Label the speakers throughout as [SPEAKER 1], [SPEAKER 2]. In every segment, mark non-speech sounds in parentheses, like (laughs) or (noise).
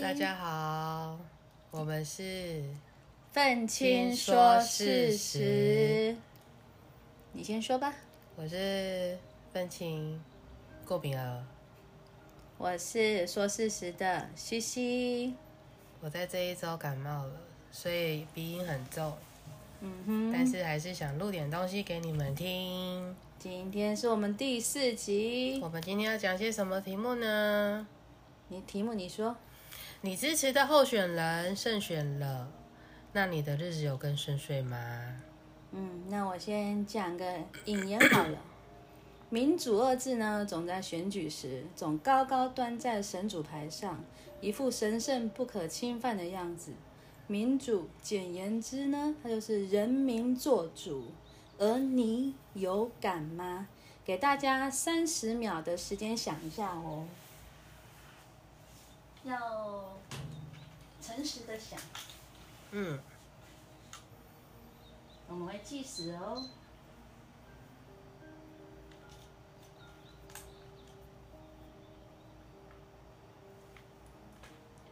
[SPEAKER 1] 大家好，我们是
[SPEAKER 2] 愤青说事实，你先说吧。
[SPEAKER 1] 我是愤青过敏儿，
[SPEAKER 2] 我是说事实的西西。
[SPEAKER 1] 我在这一周感冒了，所以鼻音很重，
[SPEAKER 2] 嗯哼，
[SPEAKER 1] 但是还是想录点东西给你们听。
[SPEAKER 2] 今天是我们第四集，
[SPEAKER 1] 我们今天要讲些什么题目呢？
[SPEAKER 2] 你题目你说，
[SPEAKER 1] 你支持的候选人胜选了，那你的日子有更顺遂吗？
[SPEAKER 2] 嗯，那我先讲个引言好了。 (coughs) 民主二字呢，总在选举时总高高端在神主牌上，一副神圣不可侵犯的样子。民主，简言之呢，它就是人民做主。而你有感吗？给大家三十秒的时间想一下哦，要诚实的想，
[SPEAKER 1] 嗯，
[SPEAKER 2] 我们会计时哦。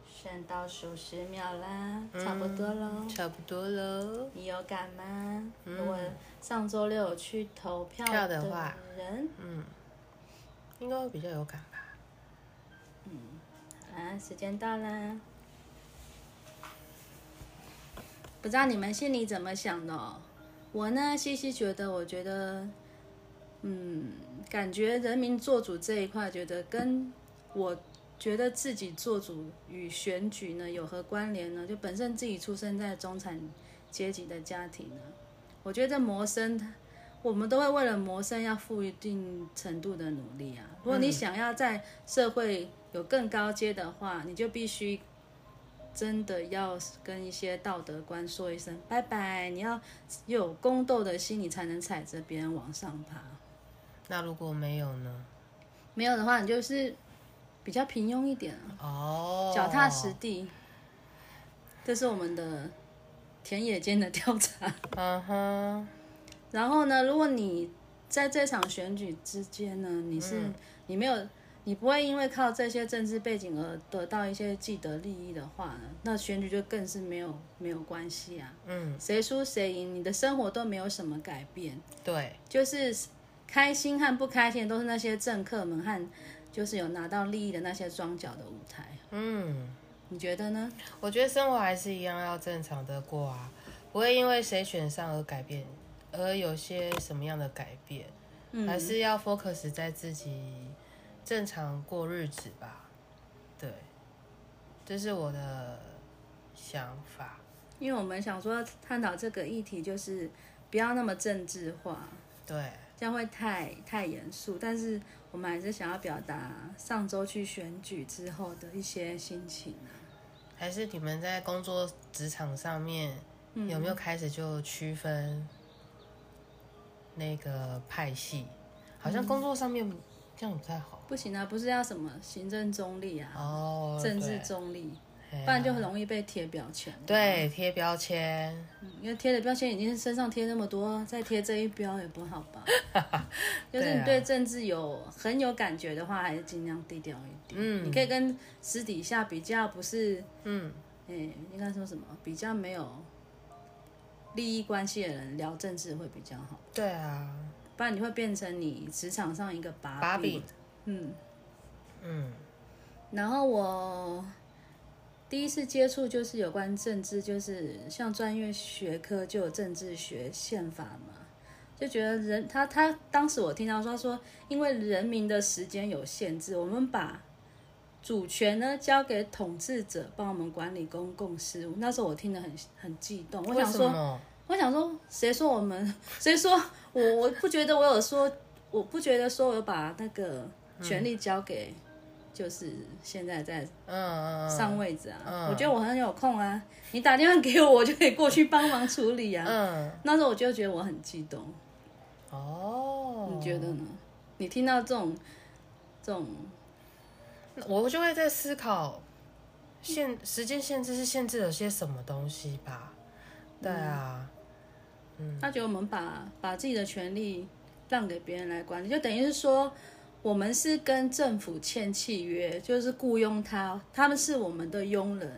[SPEAKER 2] 剩倒数十秒啦，
[SPEAKER 1] 嗯
[SPEAKER 2] 差不多喽。
[SPEAKER 1] 差不多了。
[SPEAKER 2] 你有感吗？如果上周六有去投票
[SPEAKER 1] 嗯票的
[SPEAKER 2] 的
[SPEAKER 1] 话
[SPEAKER 2] 人，
[SPEAKER 1] 嗯，应该会比较有感吧。
[SPEAKER 2] 啊，时间到啦。不知道你们心里怎么想的、哦？我呢，西西觉得，我觉得，嗯，感觉人民做主这一块，觉得跟我觉得自己做主与选举呢有何关联呢？就本身自己出生在中产阶级的家庭呢，我觉得谋生，我们都会为了谋生要付一定程度的努力啊。如果你想要在社会有更高阶的话，你就必须真的要跟一些道德观说一声拜拜。你要有宫斗的心，你才能踩着别人往上爬。
[SPEAKER 1] 那如果没有呢？
[SPEAKER 2] 没有的话，你就是比较平庸一点啊，
[SPEAKER 1] 哦，
[SPEAKER 2] 脚踏实地。这是我们的田野间的调查。
[SPEAKER 1] 嗯哼，
[SPEAKER 2] 然后呢，如果你在这场选举之间呢，你是、你没有，你不会因为靠这些政治背景而得到一些既得利益的话呢，那选举就更是没有没有关系啊。
[SPEAKER 1] 嗯，
[SPEAKER 2] 谁输谁赢，你的生活都没有什么改变，
[SPEAKER 1] 对，
[SPEAKER 2] 就是开心和不开心都是那些政客们和就是有拿到利益的那些庄脚的舞台。
[SPEAKER 1] 嗯，
[SPEAKER 2] 你觉得呢？
[SPEAKER 1] 我觉得生活还是一样要正常的过啊，不会因为谁选上而改变，而有些什么样的改变，
[SPEAKER 2] 嗯
[SPEAKER 1] 还是要 focus 在自己正常过日子吧。对，这是我的想法。
[SPEAKER 2] 因为我们想说探讨这个议题，就是不要那么政治化。
[SPEAKER 1] 对，
[SPEAKER 2] 这样会太太严肃，但是我们还是想要表达上周去选举之后的一些心情啊。
[SPEAKER 1] 还是你们在工作职场上面、
[SPEAKER 2] 嗯
[SPEAKER 1] 有没有开始就区分那个派系？好
[SPEAKER 2] 嗯
[SPEAKER 1] 像工作上面这样不太好。
[SPEAKER 2] 不行啊，不是要什么行政中立啊，
[SPEAKER 1] 哦，
[SPEAKER 2] 政治
[SPEAKER 1] 对
[SPEAKER 2] 中立，
[SPEAKER 1] 嘿啊
[SPEAKER 2] 不然就很容易被贴标签。
[SPEAKER 1] 对啊贴标签，
[SPEAKER 2] 嗯，因为贴的标签已经身上贴那么多，再贴这一标也不好
[SPEAKER 1] (laughs)
[SPEAKER 2] 吧。
[SPEAKER 1] 啊
[SPEAKER 2] 就是你对政治有很有感觉的话，还是尽量低调一点。
[SPEAKER 1] 嗯
[SPEAKER 2] 你可以跟私底下比较，不是
[SPEAKER 1] 嗯，
[SPEAKER 2] 哎、应该说什么比较没有利益关系的人聊政治会比较好，
[SPEAKER 1] 对啊，
[SPEAKER 2] 不然你会变成你职场上一个把
[SPEAKER 1] 把柄，
[SPEAKER 2] 嗯，
[SPEAKER 1] 嗯
[SPEAKER 2] 然后我第一次接触就是有关政治，就是像专业学科就有政治学、宪法嘛，就觉得人他他当时我听到说说，因为人民的时间有限制，我们把主权呢交给统治者帮我们管理公共事务。那时候我听得很很激动，我
[SPEAKER 1] 为
[SPEAKER 2] 想
[SPEAKER 1] 什
[SPEAKER 2] 说，
[SPEAKER 1] 么？
[SPEAKER 2] 我想说，谁说我们？谁说我？我不觉得我有说，我不觉得说我有把那个权力交给，就是现在在
[SPEAKER 1] 嗯嗯
[SPEAKER 2] 上位子啊。我觉得我很有空啊，你打电话给我，我就可以过去帮忙处理啊。
[SPEAKER 1] 嗯，
[SPEAKER 2] 那时候我就觉得我很激动，
[SPEAKER 1] 哦，
[SPEAKER 2] 你觉得呢？你听到这种这种，
[SPEAKER 1] 哦我就会在思考，限时间限制是限制了些什么东西吧？对啊，
[SPEAKER 2] 嗯他觉得我们把把自己的权利让给别人来管理，就等于是说。我们是跟政府签契约，就是雇佣他，他们是我们的佣人。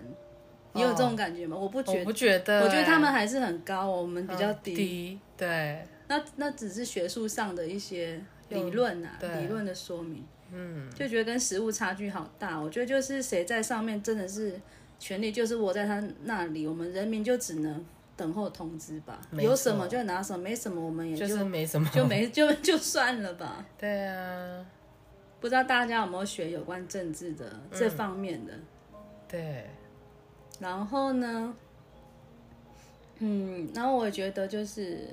[SPEAKER 2] 你有这种感觉吗？我不觉
[SPEAKER 1] 我
[SPEAKER 2] 得，
[SPEAKER 1] 不觉得、
[SPEAKER 2] 我觉得他们
[SPEAKER 1] 哎
[SPEAKER 2] 还是很高，我们比较
[SPEAKER 1] 嗯
[SPEAKER 2] 低。
[SPEAKER 1] 低，对，
[SPEAKER 2] 那那只是学术上的一些理论啊，
[SPEAKER 1] 对
[SPEAKER 2] 理论的说明。嗯，就觉得跟实物差距好大。哦我觉得就是谁在上面，真的是权力就是握在他那里，我们人民就只能等候通知吧。
[SPEAKER 1] 没错
[SPEAKER 2] 有什么就拿什么，没什么我们也
[SPEAKER 1] 就
[SPEAKER 2] 就是
[SPEAKER 1] 没什么，
[SPEAKER 2] 就没就就算了吧。
[SPEAKER 1] 对啊，
[SPEAKER 2] 不知道大家有没有学有关政治的
[SPEAKER 1] 嗯
[SPEAKER 2] 这方面的？
[SPEAKER 1] 对，
[SPEAKER 2] 然后呢，嗯，然后我觉得就是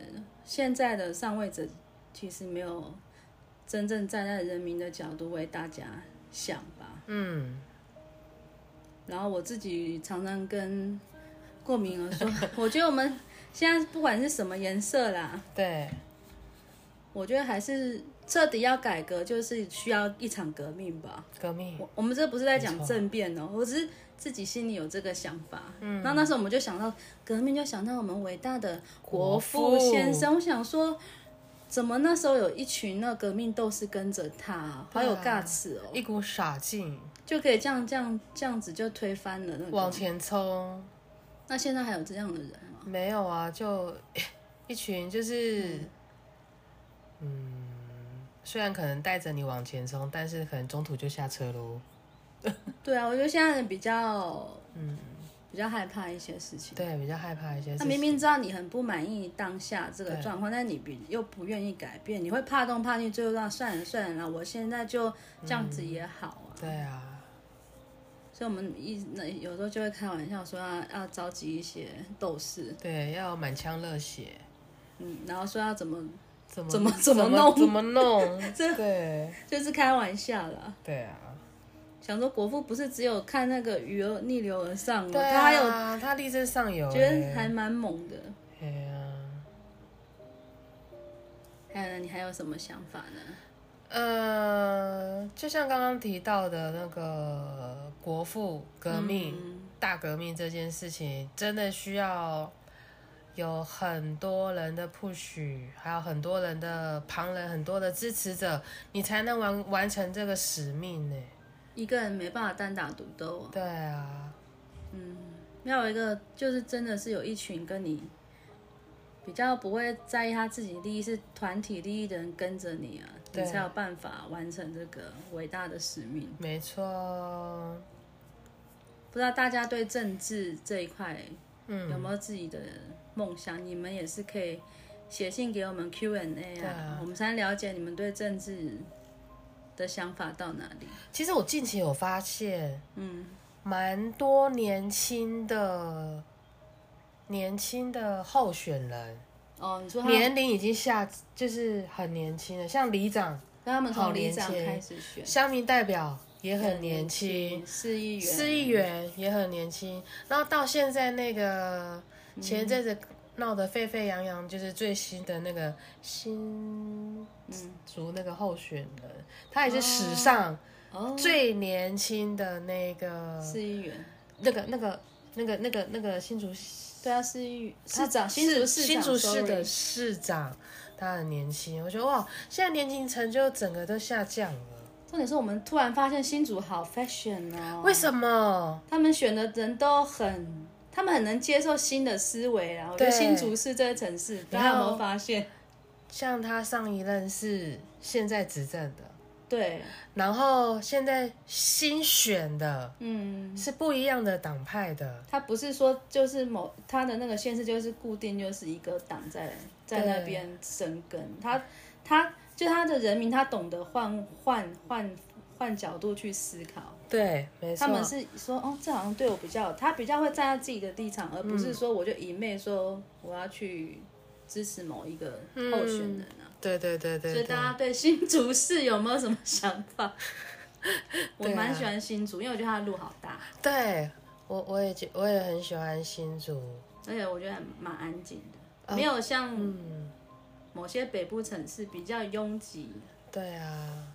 [SPEAKER 2] 现在的上位者其实没有真正站在人民的角度为大家想吧。
[SPEAKER 1] 嗯，
[SPEAKER 2] 然后我自己常常跟过敏儿说， (laughs) 我觉得我们现在不管是什么颜色啦，
[SPEAKER 1] 对，
[SPEAKER 2] 我觉得还是彻底要改革，就是需要一场革命吧。
[SPEAKER 1] 革命，
[SPEAKER 2] 我我们这不是在
[SPEAKER 1] 没
[SPEAKER 2] 讲
[SPEAKER 1] 错
[SPEAKER 2] 政变哦，我只是自己心里有这个想法。嗯，然后那时候我们就想到革命，就想到我们伟大的国父
[SPEAKER 1] 国父
[SPEAKER 2] 先生。我想说，怎么那时候有一群那革命斗士跟着他啊，好
[SPEAKER 1] 对啊
[SPEAKER 2] 有尬词哦，
[SPEAKER 1] 一股傻劲
[SPEAKER 2] 就可以这样这样这样子就推翻了那
[SPEAKER 1] 往
[SPEAKER 2] 个。
[SPEAKER 1] 前冲，
[SPEAKER 2] 那现在还有这样的人吗？
[SPEAKER 1] 没有啊，就 (laughs) 一群就是，嗯。虽然可能带着你往前冲，但是可能中途就下车喽。
[SPEAKER 2] 对啊，我觉得现在人比较，嗯，比较害怕一些事情。
[SPEAKER 1] 对，比较害怕一些事
[SPEAKER 2] 他
[SPEAKER 1] 情。
[SPEAKER 2] 明明知道你很不满意当下这个
[SPEAKER 1] 对
[SPEAKER 2] 状况，但你比又不愿意改变，你会怕东怕西，最后让算了算了啦，我现在就这样
[SPEAKER 1] 嗯
[SPEAKER 2] 子也好啊。
[SPEAKER 1] 对啊，
[SPEAKER 2] 所以我们一那有时候就会开玩笑说要要召集一些斗士，
[SPEAKER 1] 对，要满腔热血，
[SPEAKER 2] 嗯，然后说要怎么，
[SPEAKER 1] 怎么
[SPEAKER 2] 怎
[SPEAKER 1] 怎
[SPEAKER 2] 么怎么
[SPEAKER 1] 么
[SPEAKER 2] 弄
[SPEAKER 1] 怎么
[SPEAKER 2] (laughs)
[SPEAKER 1] 弄？对
[SPEAKER 2] 就是开玩笑啦。
[SPEAKER 1] 对啊，
[SPEAKER 2] 想说国父不是只有看那个鱼儿逆流而上吗？
[SPEAKER 1] 对
[SPEAKER 2] 嗯他还有
[SPEAKER 1] 啊，他力争上游欸，
[SPEAKER 2] 觉得还蛮猛的。
[SPEAKER 1] 哎呀，
[SPEAKER 2] 还有呢，你还有什么想法呢？
[SPEAKER 1] 呃，就像刚刚提到的那个国父革命、
[SPEAKER 2] 嗯
[SPEAKER 1] 大革命这件事情，真的需要有很多人的 push，还有很多人的旁人、很多的支持者，你才能完完成这个使命呢。
[SPEAKER 2] 一个人没办法单打独斗啊。
[SPEAKER 1] 对啊，
[SPEAKER 2] 要有一个就是真的是有一群跟你比较不会在意他自己利益，是团体利益的人跟着你啊，你
[SPEAKER 1] 对
[SPEAKER 2] 才有办法完成这个伟大的使命。
[SPEAKER 1] 没错。
[SPEAKER 2] 不知道大家对政治这一块，嗯，有没有自己的梦想？你们也是可以写信给我们 Q&A
[SPEAKER 1] 对
[SPEAKER 2] 啊，
[SPEAKER 1] 啊
[SPEAKER 2] 我们才能了解你们对政治的想法到哪里。
[SPEAKER 1] 其实我近期有发现，
[SPEAKER 2] 嗯，
[SPEAKER 1] 蛮多年轻的年轻的候选人，
[SPEAKER 2] 哦，你说他们，
[SPEAKER 1] 年龄已经下就是很年轻了，像里长、
[SPEAKER 2] 他们从
[SPEAKER 1] 好
[SPEAKER 2] 里
[SPEAKER 1] 年
[SPEAKER 2] 长
[SPEAKER 1] 轻
[SPEAKER 2] 开始选，
[SPEAKER 1] 乡民代表也很年轻，，
[SPEAKER 2] 市议员，
[SPEAKER 1] 市议员也很年轻，然后到现在那个前一阵子闹得沸沸扬扬，就是最新的那个新
[SPEAKER 2] 嗯
[SPEAKER 1] 竹那个候选人，他也是史上
[SPEAKER 2] 哦，
[SPEAKER 1] 最年轻的那个
[SPEAKER 2] 市议员。
[SPEAKER 1] 那个那个那个那个那个新竹
[SPEAKER 2] 对啊，市议市长，新
[SPEAKER 1] 市
[SPEAKER 2] 竹市
[SPEAKER 1] 新
[SPEAKER 2] 长
[SPEAKER 1] 竹市
[SPEAKER 2] sorry
[SPEAKER 1] 的市长，他很年轻，我觉得哇，现在年轻程就整个都下降了，
[SPEAKER 2] 重点是我们突然发现新竹好 fashion 哦，
[SPEAKER 1] 为什么？
[SPEAKER 2] 他们选的人都很，他们很能接受新的思维啊。我觉得
[SPEAKER 1] 对
[SPEAKER 2] 新竹市这个城市，大家有没有发现？
[SPEAKER 1] 像他上一任是现在执政的，
[SPEAKER 2] 对，
[SPEAKER 1] 然后现在新选的
[SPEAKER 2] 嗯，
[SPEAKER 1] 是不一样的党派的，
[SPEAKER 2] 他不是说就是某他的那个县市就是固定就是一个党在在那
[SPEAKER 1] 对
[SPEAKER 2] 边生根，他他就他的人民他懂得换换换换角度去思考。
[SPEAKER 1] 对，没错
[SPEAKER 2] 他，们是说，哦，这好像对我比较，他比较会站在自己的立场，而不
[SPEAKER 1] 嗯
[SPEAKER 2] 是说我就一昧说我要去支持某一个候选人啊。
[SPEAKER 1] 对对对对
[SPEAKER 2] 所以
[SPEAKER 1] 对
[SPEAKER 2] 大，家对新竹市有没有什么想
[SPEAKER 1] (laughs)
[SPEAKER 2] 法？我
[SPEAKER 1] 对啊
[SPEAKER 2] 蛮喜欢新竹，因为我觉得它的路好大，
[SPEAKER 1] 对我我也觉我也很喜欢新竹，
[SPEAKER 2] 而且我觉得蛮安静
[SPEAKER 1] 哦
[SPEAKER 2] 的，没有像
[SPEAKER 1] 嗯
[SPEAKER 2] 某些北部城市比较拥挤。
[SPEAKER 1] 对啊，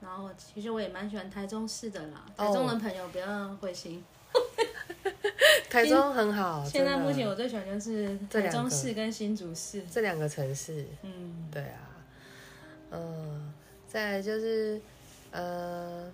[SPEAKER 2] 然后其实我也蛮喜欢台中市的啦，
[SPEAKER 1] 哦
[SPEAKER 2] 台中的朋友不要灰心。
[SPEAKER 1] 台中很好，
[SPEAKER 2] 现在
[SPEAKER 1] 真的
[SPEAKER 2] 目前我最喜欢就是
[SPEAKER 1] 这
[SPEAKER 2] 台
[SPEAKER 1] 两
[SPEAKER 2] 中
[SPEAKER 1] 个
[SPEAKER 2] 市跟新竹市。
[SPEAKER 1] 这两个城市，
[SPEAKER 2] 嗯。
[SPEAKER 1] 对啊，嗯，再来就是，呃，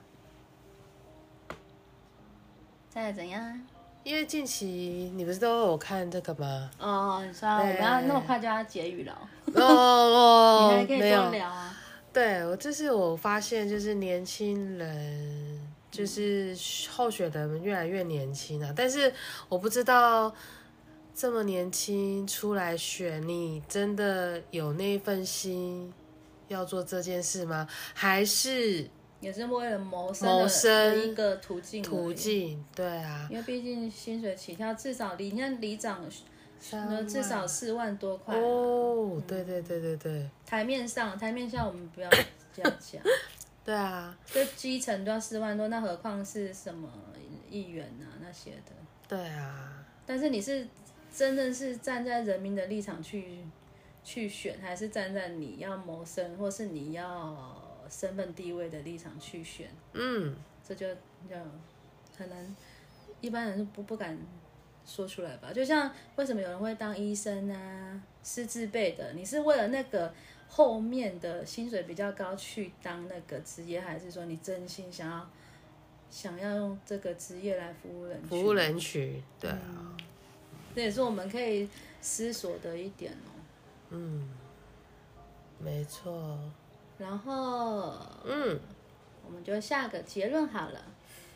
[SPEAKER 2] 再来怎样啊？
[SPEAKER 1] 因为近期你不是都有看这个
[SPEAKER 2] (laughs)
[SPEAKER 1] 吗？
[SPEAKER 2] 哦，你说啊我们要
[SPEAKER 1] 对
[SPEAKER 2] 那么快就要结语了哦，
[SPEAKER 1] 哦哦，
[SPEAKER 2] 你还可以
[SPEAKER 1] 没有
[SPEAKER 2] 多聊啊。
[SPEAKER 1] 对我，就是我发现，就是年轻人，就是候选人越来越年轻啊。但是我不知道这么年轻出来选，你真的有那份心要做这件事吗？还是
[SPEAKER 2] 也是为了谋生
[SPEAKER 1] 谋
[SPEAKER 2] 的
[SPEAKER 1] 生
[SPEAKER 2] 的一个途径而已
[SPEAKER 1] 途，径？对啊，
[SPEAKER 2] 因为毕竟薪水起跳，至少里你看里长
[SPEAKER 1] 三
[SPEAKER 2] 呃
[SPEAKER 1] 万
[SPEAKER 2] 至少四万多块啊、
[SPEAKER 1] 哦，对对对对对
[SPEAKER 2] 台面上台面下我们不要这样讲，
[SPEAKER 1] 对啊，
[SPEAKER 2] 就基层都要四万多，那何况是什么议员啊那些的？
[SPEAKER 1] 对啊，
[SPEAKER 2] 但是你是真的是站在人民的立场去去选，还是站在你要谋生或是你要身份地位的立场去选？
[SPEAKER 1] 嗯，
[SPEAKER 2] 这就就很难，一般人是不不敢说出来吧。就像为什么有人会当医生啊，师资辈的，你是为了那个后面的薪水比较高去当那个职业，还是说你真心想要想要用这个职业来服务人群？嗯
[SPEAKER 1] 服务人群，对啊，
[SPEAKER 2] 这也是我们可以思索的一点哦。
[SPEAKER 1] 没错，
[SPEAKER 2] 然后
[SPEAKER 1] 嗯，
[SPEAKER 2] 我们就下个结论好了。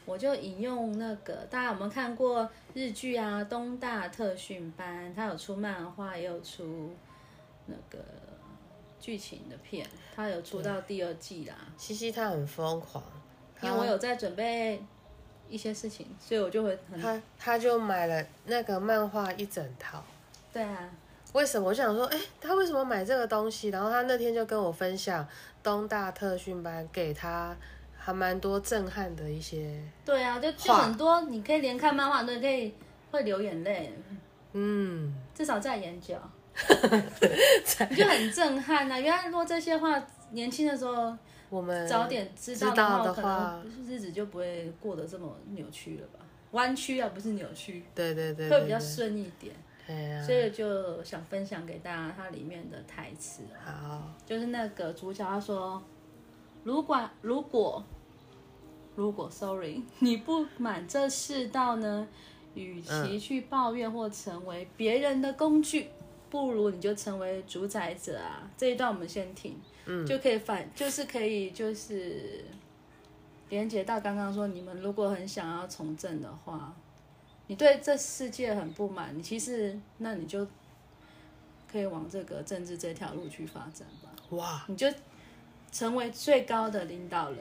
[SPEAKER 2] 我就引用那个大家有没有看过日剧啊，《东大特训班》，它有出漫画，也有出那个剧情的片，它有出到第二季啦。
[SPEAKER 1] 西西他很疯狂，
[SPEAKER 2] 因为我有在准备一些事情，所以我就会很
[SPEAKER 1] 他他就买了那个漫画一整套。
[SPEAKER 2] 对啊，
[SPEAKER 1] 为什么？我就想说，哎、他为什么买这个东西？然后他那天就跟我分享东大特训班给他还蛮多震撼的一些，
[SPEAKER 2] 对啊，就就
[SPEAKER 1] 画
[SPEAKER 2] 很多，你可以连看漫画，你也可以会流眼泪，
[SPEAKER 1] 嗯，
[SPEAKER 2] 至少在眼
[SPEAKER 1] (laughs)
[SPEAKER 2] 角，你就很震撼呐、原来如果这些话年轻的时候
[SPEAKER 1] 我们
[SPEAKER 2] 早点知道
[SPEAKER 1] 知
[SPEAKER 2] 的
[SPEAKER 1] 道
[SPEAKER 2] 话，
[SPEAKER 1] 的
[SPEAKER 2] 可
[SPEAKER 1] 话
[SPEAKER 2] 能日子就不会过得这么扭曲了吧？弯曲啊，不是扭曲，
[SPEAKER 1] 对对对
[SPEAKER 2] 会
[SPEAKER 1] 对
[SPEAKER 2] 比较
[SPEAKER 1] 对，
[SPEAKER 2] 顺一点。
[SPEAKER 1] 哎呀、
[SPEAKER 2] 所以就想分享给大家它里面的台词哦，
[SPEAKER 1] 好，
[SPEAKER 2] 就是那个主角他说：“如果如果如果，sorry，你 (laughs) 不满这世道呢，与其去抱怨或成为别人的工具，不如你就成为主宰者啊。”这一段我们先听，嗯，就可以反，就是可以就是连接到刚刚说，你们如果很想要从政的话，你对这世界很不满，你其实那你就可以往这个政治这条路去发展吧。
[SPEAKER 1] 哇，
[SPEAKER 2] 你就成为最高的领导人，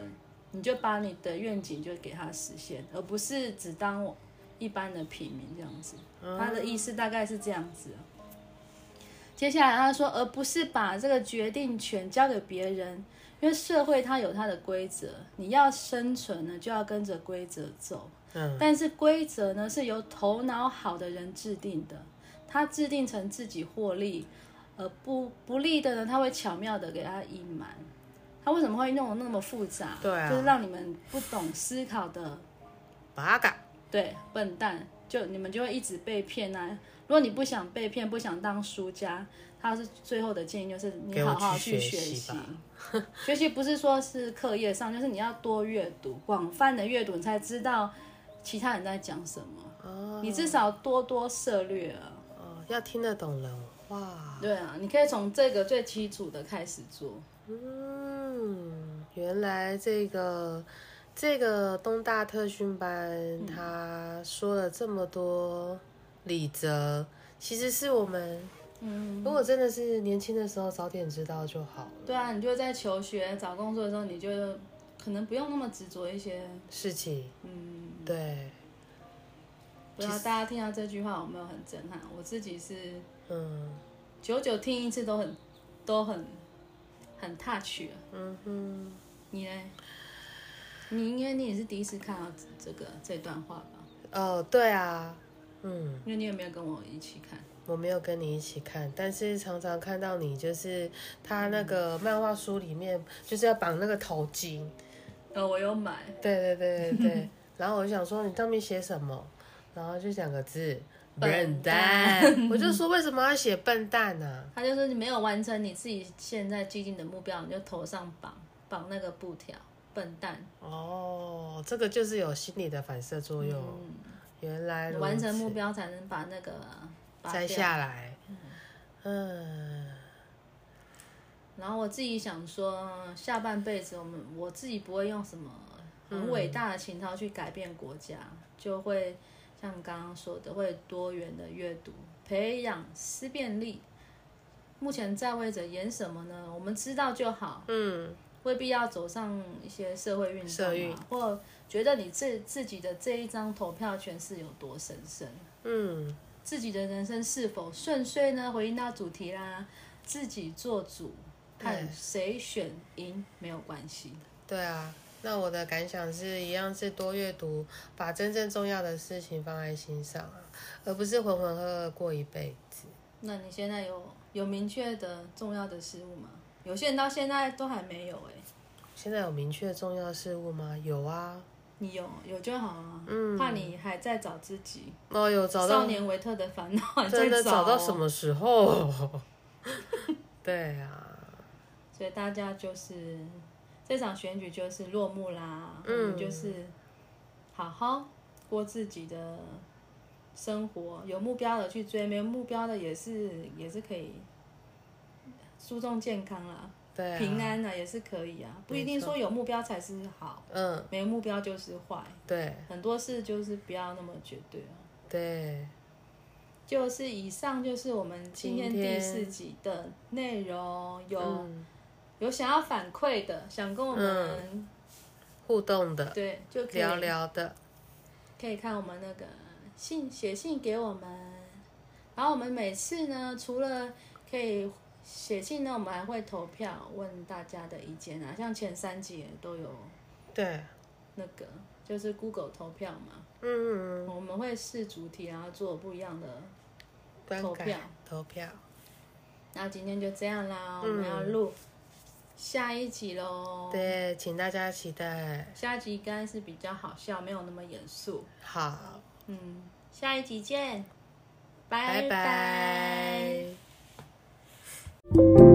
[SPEAKER 2] 你就把你的愿景就给他实现，而不是只当我一般的平民这样子。
[SPEAKER 1] 嗯
[SPEAKER 2] 他的意思大概是这样子啊、接下来他说，而不是把这个决定权交给别人，因为社会它有它的规则，你要生存呢，就要跟着规则走。
[SPEAKER 1] 嗯，
[SPEAKER 2] 但是规则呢是由头脑好的人制定的，他制定成自己获利，而不不利的呢，他会巧妙的给他隐瞒。他为什么会弄得那么复杂？
[SPEAKER 1] 对啊
[SPEAKER 2] 就是让你们不懂思考的
[SPEAKER 1] 八嘎，
[SPEAKER 2] 对，笨蛋，就你们就会一直被骗啊！如果你不想被骗，不想当输家，他是最后的建议就是你
[SPEAKER 1] 给我
[SPEAKER 2] 好好
[SPEAKER 1] 去学
[SPEAKER 2] 学
[SPEAKER 1] 习
[SPEAKER 2] 习
[SPEAKER 1] 吧。
[SPEAKER 2] (laughs) 学习不是说是课业上，就是你要多阅读，广泛的阅读，你才知道其他人在讲什么。
[SPEAKER 1] 哦
[SPEAKER 2] 你至少多多涉略啊。
[SPEAKER 1] 哦，要听得懂人话，
[SPEAKER 2] 对啊，你可以从这个最基础的开始做。
[SPEAKER 1] 嗯，原来这个这个东大特训
[SPEAKER 2] 嗯
[SPEAKER 1] 班，他说了这么多理则，其实是我们
[SPEAKER 2] 嗯，
[SPEAKER 1] 如果真的是年轻的时候早点知道就好了。
[SPEAKER 2] 对啊，你就在求学、找工作的时候，你就可能不用那么执着一些，
[SPEAKER 1] 事情，
[SPEAKER 2] 嗯。
[SPEAKER 1] 对，
[SPEAKER 2] 不知道大家听到这句话有没有很震撼？我自己是
[SPEAKER 1] 嗯
[SPEAKER 2] 久久听一次都很都很很 touch 了。
[SPEAKER 1] 嗯哼，
[SPEAKER 2] 你呢？你应该你也是第一次看到这个这段话吧？
[SPEAKER 1] 哦，对啊，嗯。
[SPEAKER 2] 因为你有没有跟我一起看？
[SPEAKER 1] 我没有跟你一起看，但是常常看到你，就是他
[SPEAKER 2] 嗯
[SPEAKER 1] 那个漫画书里面，就是要绑那个头巾，
[SPEAKER 2] 呃，我有买， (laughs)
[SPEAKER 1] 对对对对对。然后我就想说，你上面写什么？然后就两个字“
[SPEAKER 2] (laughs)
[SPEAKER 1] 笨蛋，我就说为什么要写笨蛋呢、啊？
[SPEAKER 2] 他就说你没有完成你自己现在既定的目标，你就头上绑绑那个布条，笨蛋。
[SPEAKER 1] 哦，这个就是有心理的反射作用。原来
[SPEAKER 2] 你嗯
[SPEAKER 1] 如
[SPEAKER 2] 完成
[SPEAKER 1] 此
[SPEAKER 2] 目标才能把那个拔
[SPEAKER 1] 摘
[SPEAKER 2] 掉
[SPEAKER 1] 下来，嗯，
[SPEAKER 2] 然后我自己想说，嗯下半辈子我们我自己不会用什么很伟大的情操去改变国家，就会像刚刚说的，会多元的阅读，培养思辨力。目前在位者演什么呢？我们知道就好，嗯，未必要走上一些社会运
[SPEAKER 1] 社
[SPEAKER 2] 动啊，或觉得你自自己的这一张投票权是有多神圣。
[SPEAKER 1] 嗯，
[SPEAKER 2] 自己的人生是否顺遂呢？回应到主题啦，自己做主，看谁选赢没有关系。
[SPEAKER 1] 对啊。那我的感想是一样是多阅读，把真正重要的事情放在心上啊，而不是浑浑噩噩过一辈子。
[SPEAKER 2] 那你现在有有明确的重要的事物吗？有些人到现在都还没有哎、
[SPEAKER 1] 现在有明确重要事物吗？有啊，
[SPEAKER 2] 你有有就好啊，嗯，怕你还在找自己。
[SPEAKER 1] 哦，有找到
[SPEAKER 2] 少年维特的烦恼还在
[SPEAKER 1] 真的
[SPEAKER 2] 找
[SPEAKER 1] 找
[SPEAKER 2] 哦
[SPEAKER 1] 到什？么时候？ (laughs) 对啊，
[SPEAKER 2] 所以大家就是这场选举就是落幕啦，我
[SPEAKER 1] 嗯
[SPEAKER 2] 们就是好好过自己的生活，有目标的去追，没有目标的也是也是可以注重健康啦，
[SPEAKER 1] 对啊，
[SPEAKER 2] 平安啦也是可以啊，不一定说有目标才是好，
[SPEAKER 1] 嗯，
[SPEAKER 2] 没有目标就是坏，
[SPEAKER 1] 对
[SPEAKER 2] 很多事就是不要那么绝对啊。
[SPEAKER 1] 对，
[SPEAKER 2] 就是以上就是我们今天
[SPEAKER 1] 今
[SPEAKER 2] 第
[SPEAKER 1] 天
[SPEAKER 2] 四集的内容，哦有、
[SPEAKER 1] 嗯
[SPEAKER 2] 有想要反馈的，想跟我们、
[SPEAKER 1] 互动嗯的，
[SPEAKER 2] 对，就可以
[SPEAKER 1] 聊聊的，
[SPEAKER 2] 可以看我们那个信写信给我们，然后我们每次呢，除了可以写信呢，我们还会投票问大家的意见啊，像前三集也都有
[SPEAKER 1] 对，
[SPEAKER 2] 那个就是 Google 投票嘛，
[SPEAKER 1] 嗯，
[SPEAKER 2] 我们会试主题，然后做不一样的。
[SPEAKER 1] 观
[SPEAKER 2] 投
[SPEAKER 1] 感
[SPEAKER 2] 票
[SPEAKER 1] 投票，
[SPEAKER 2] 那今天就这样啦，我们要录下一集喽。
[SPEAKER 1] 嗯对，请大家期待。
[SPEAKER 2] 下一集应该是比较好笑，没有那么严肃。
[SPEAKER 1] 好，
[SPEAKER 2] 嗯，下一集见，
[SPEAKER 1] 拜
[SPEAKER 2] 拜
[SPEAKER 1] 拜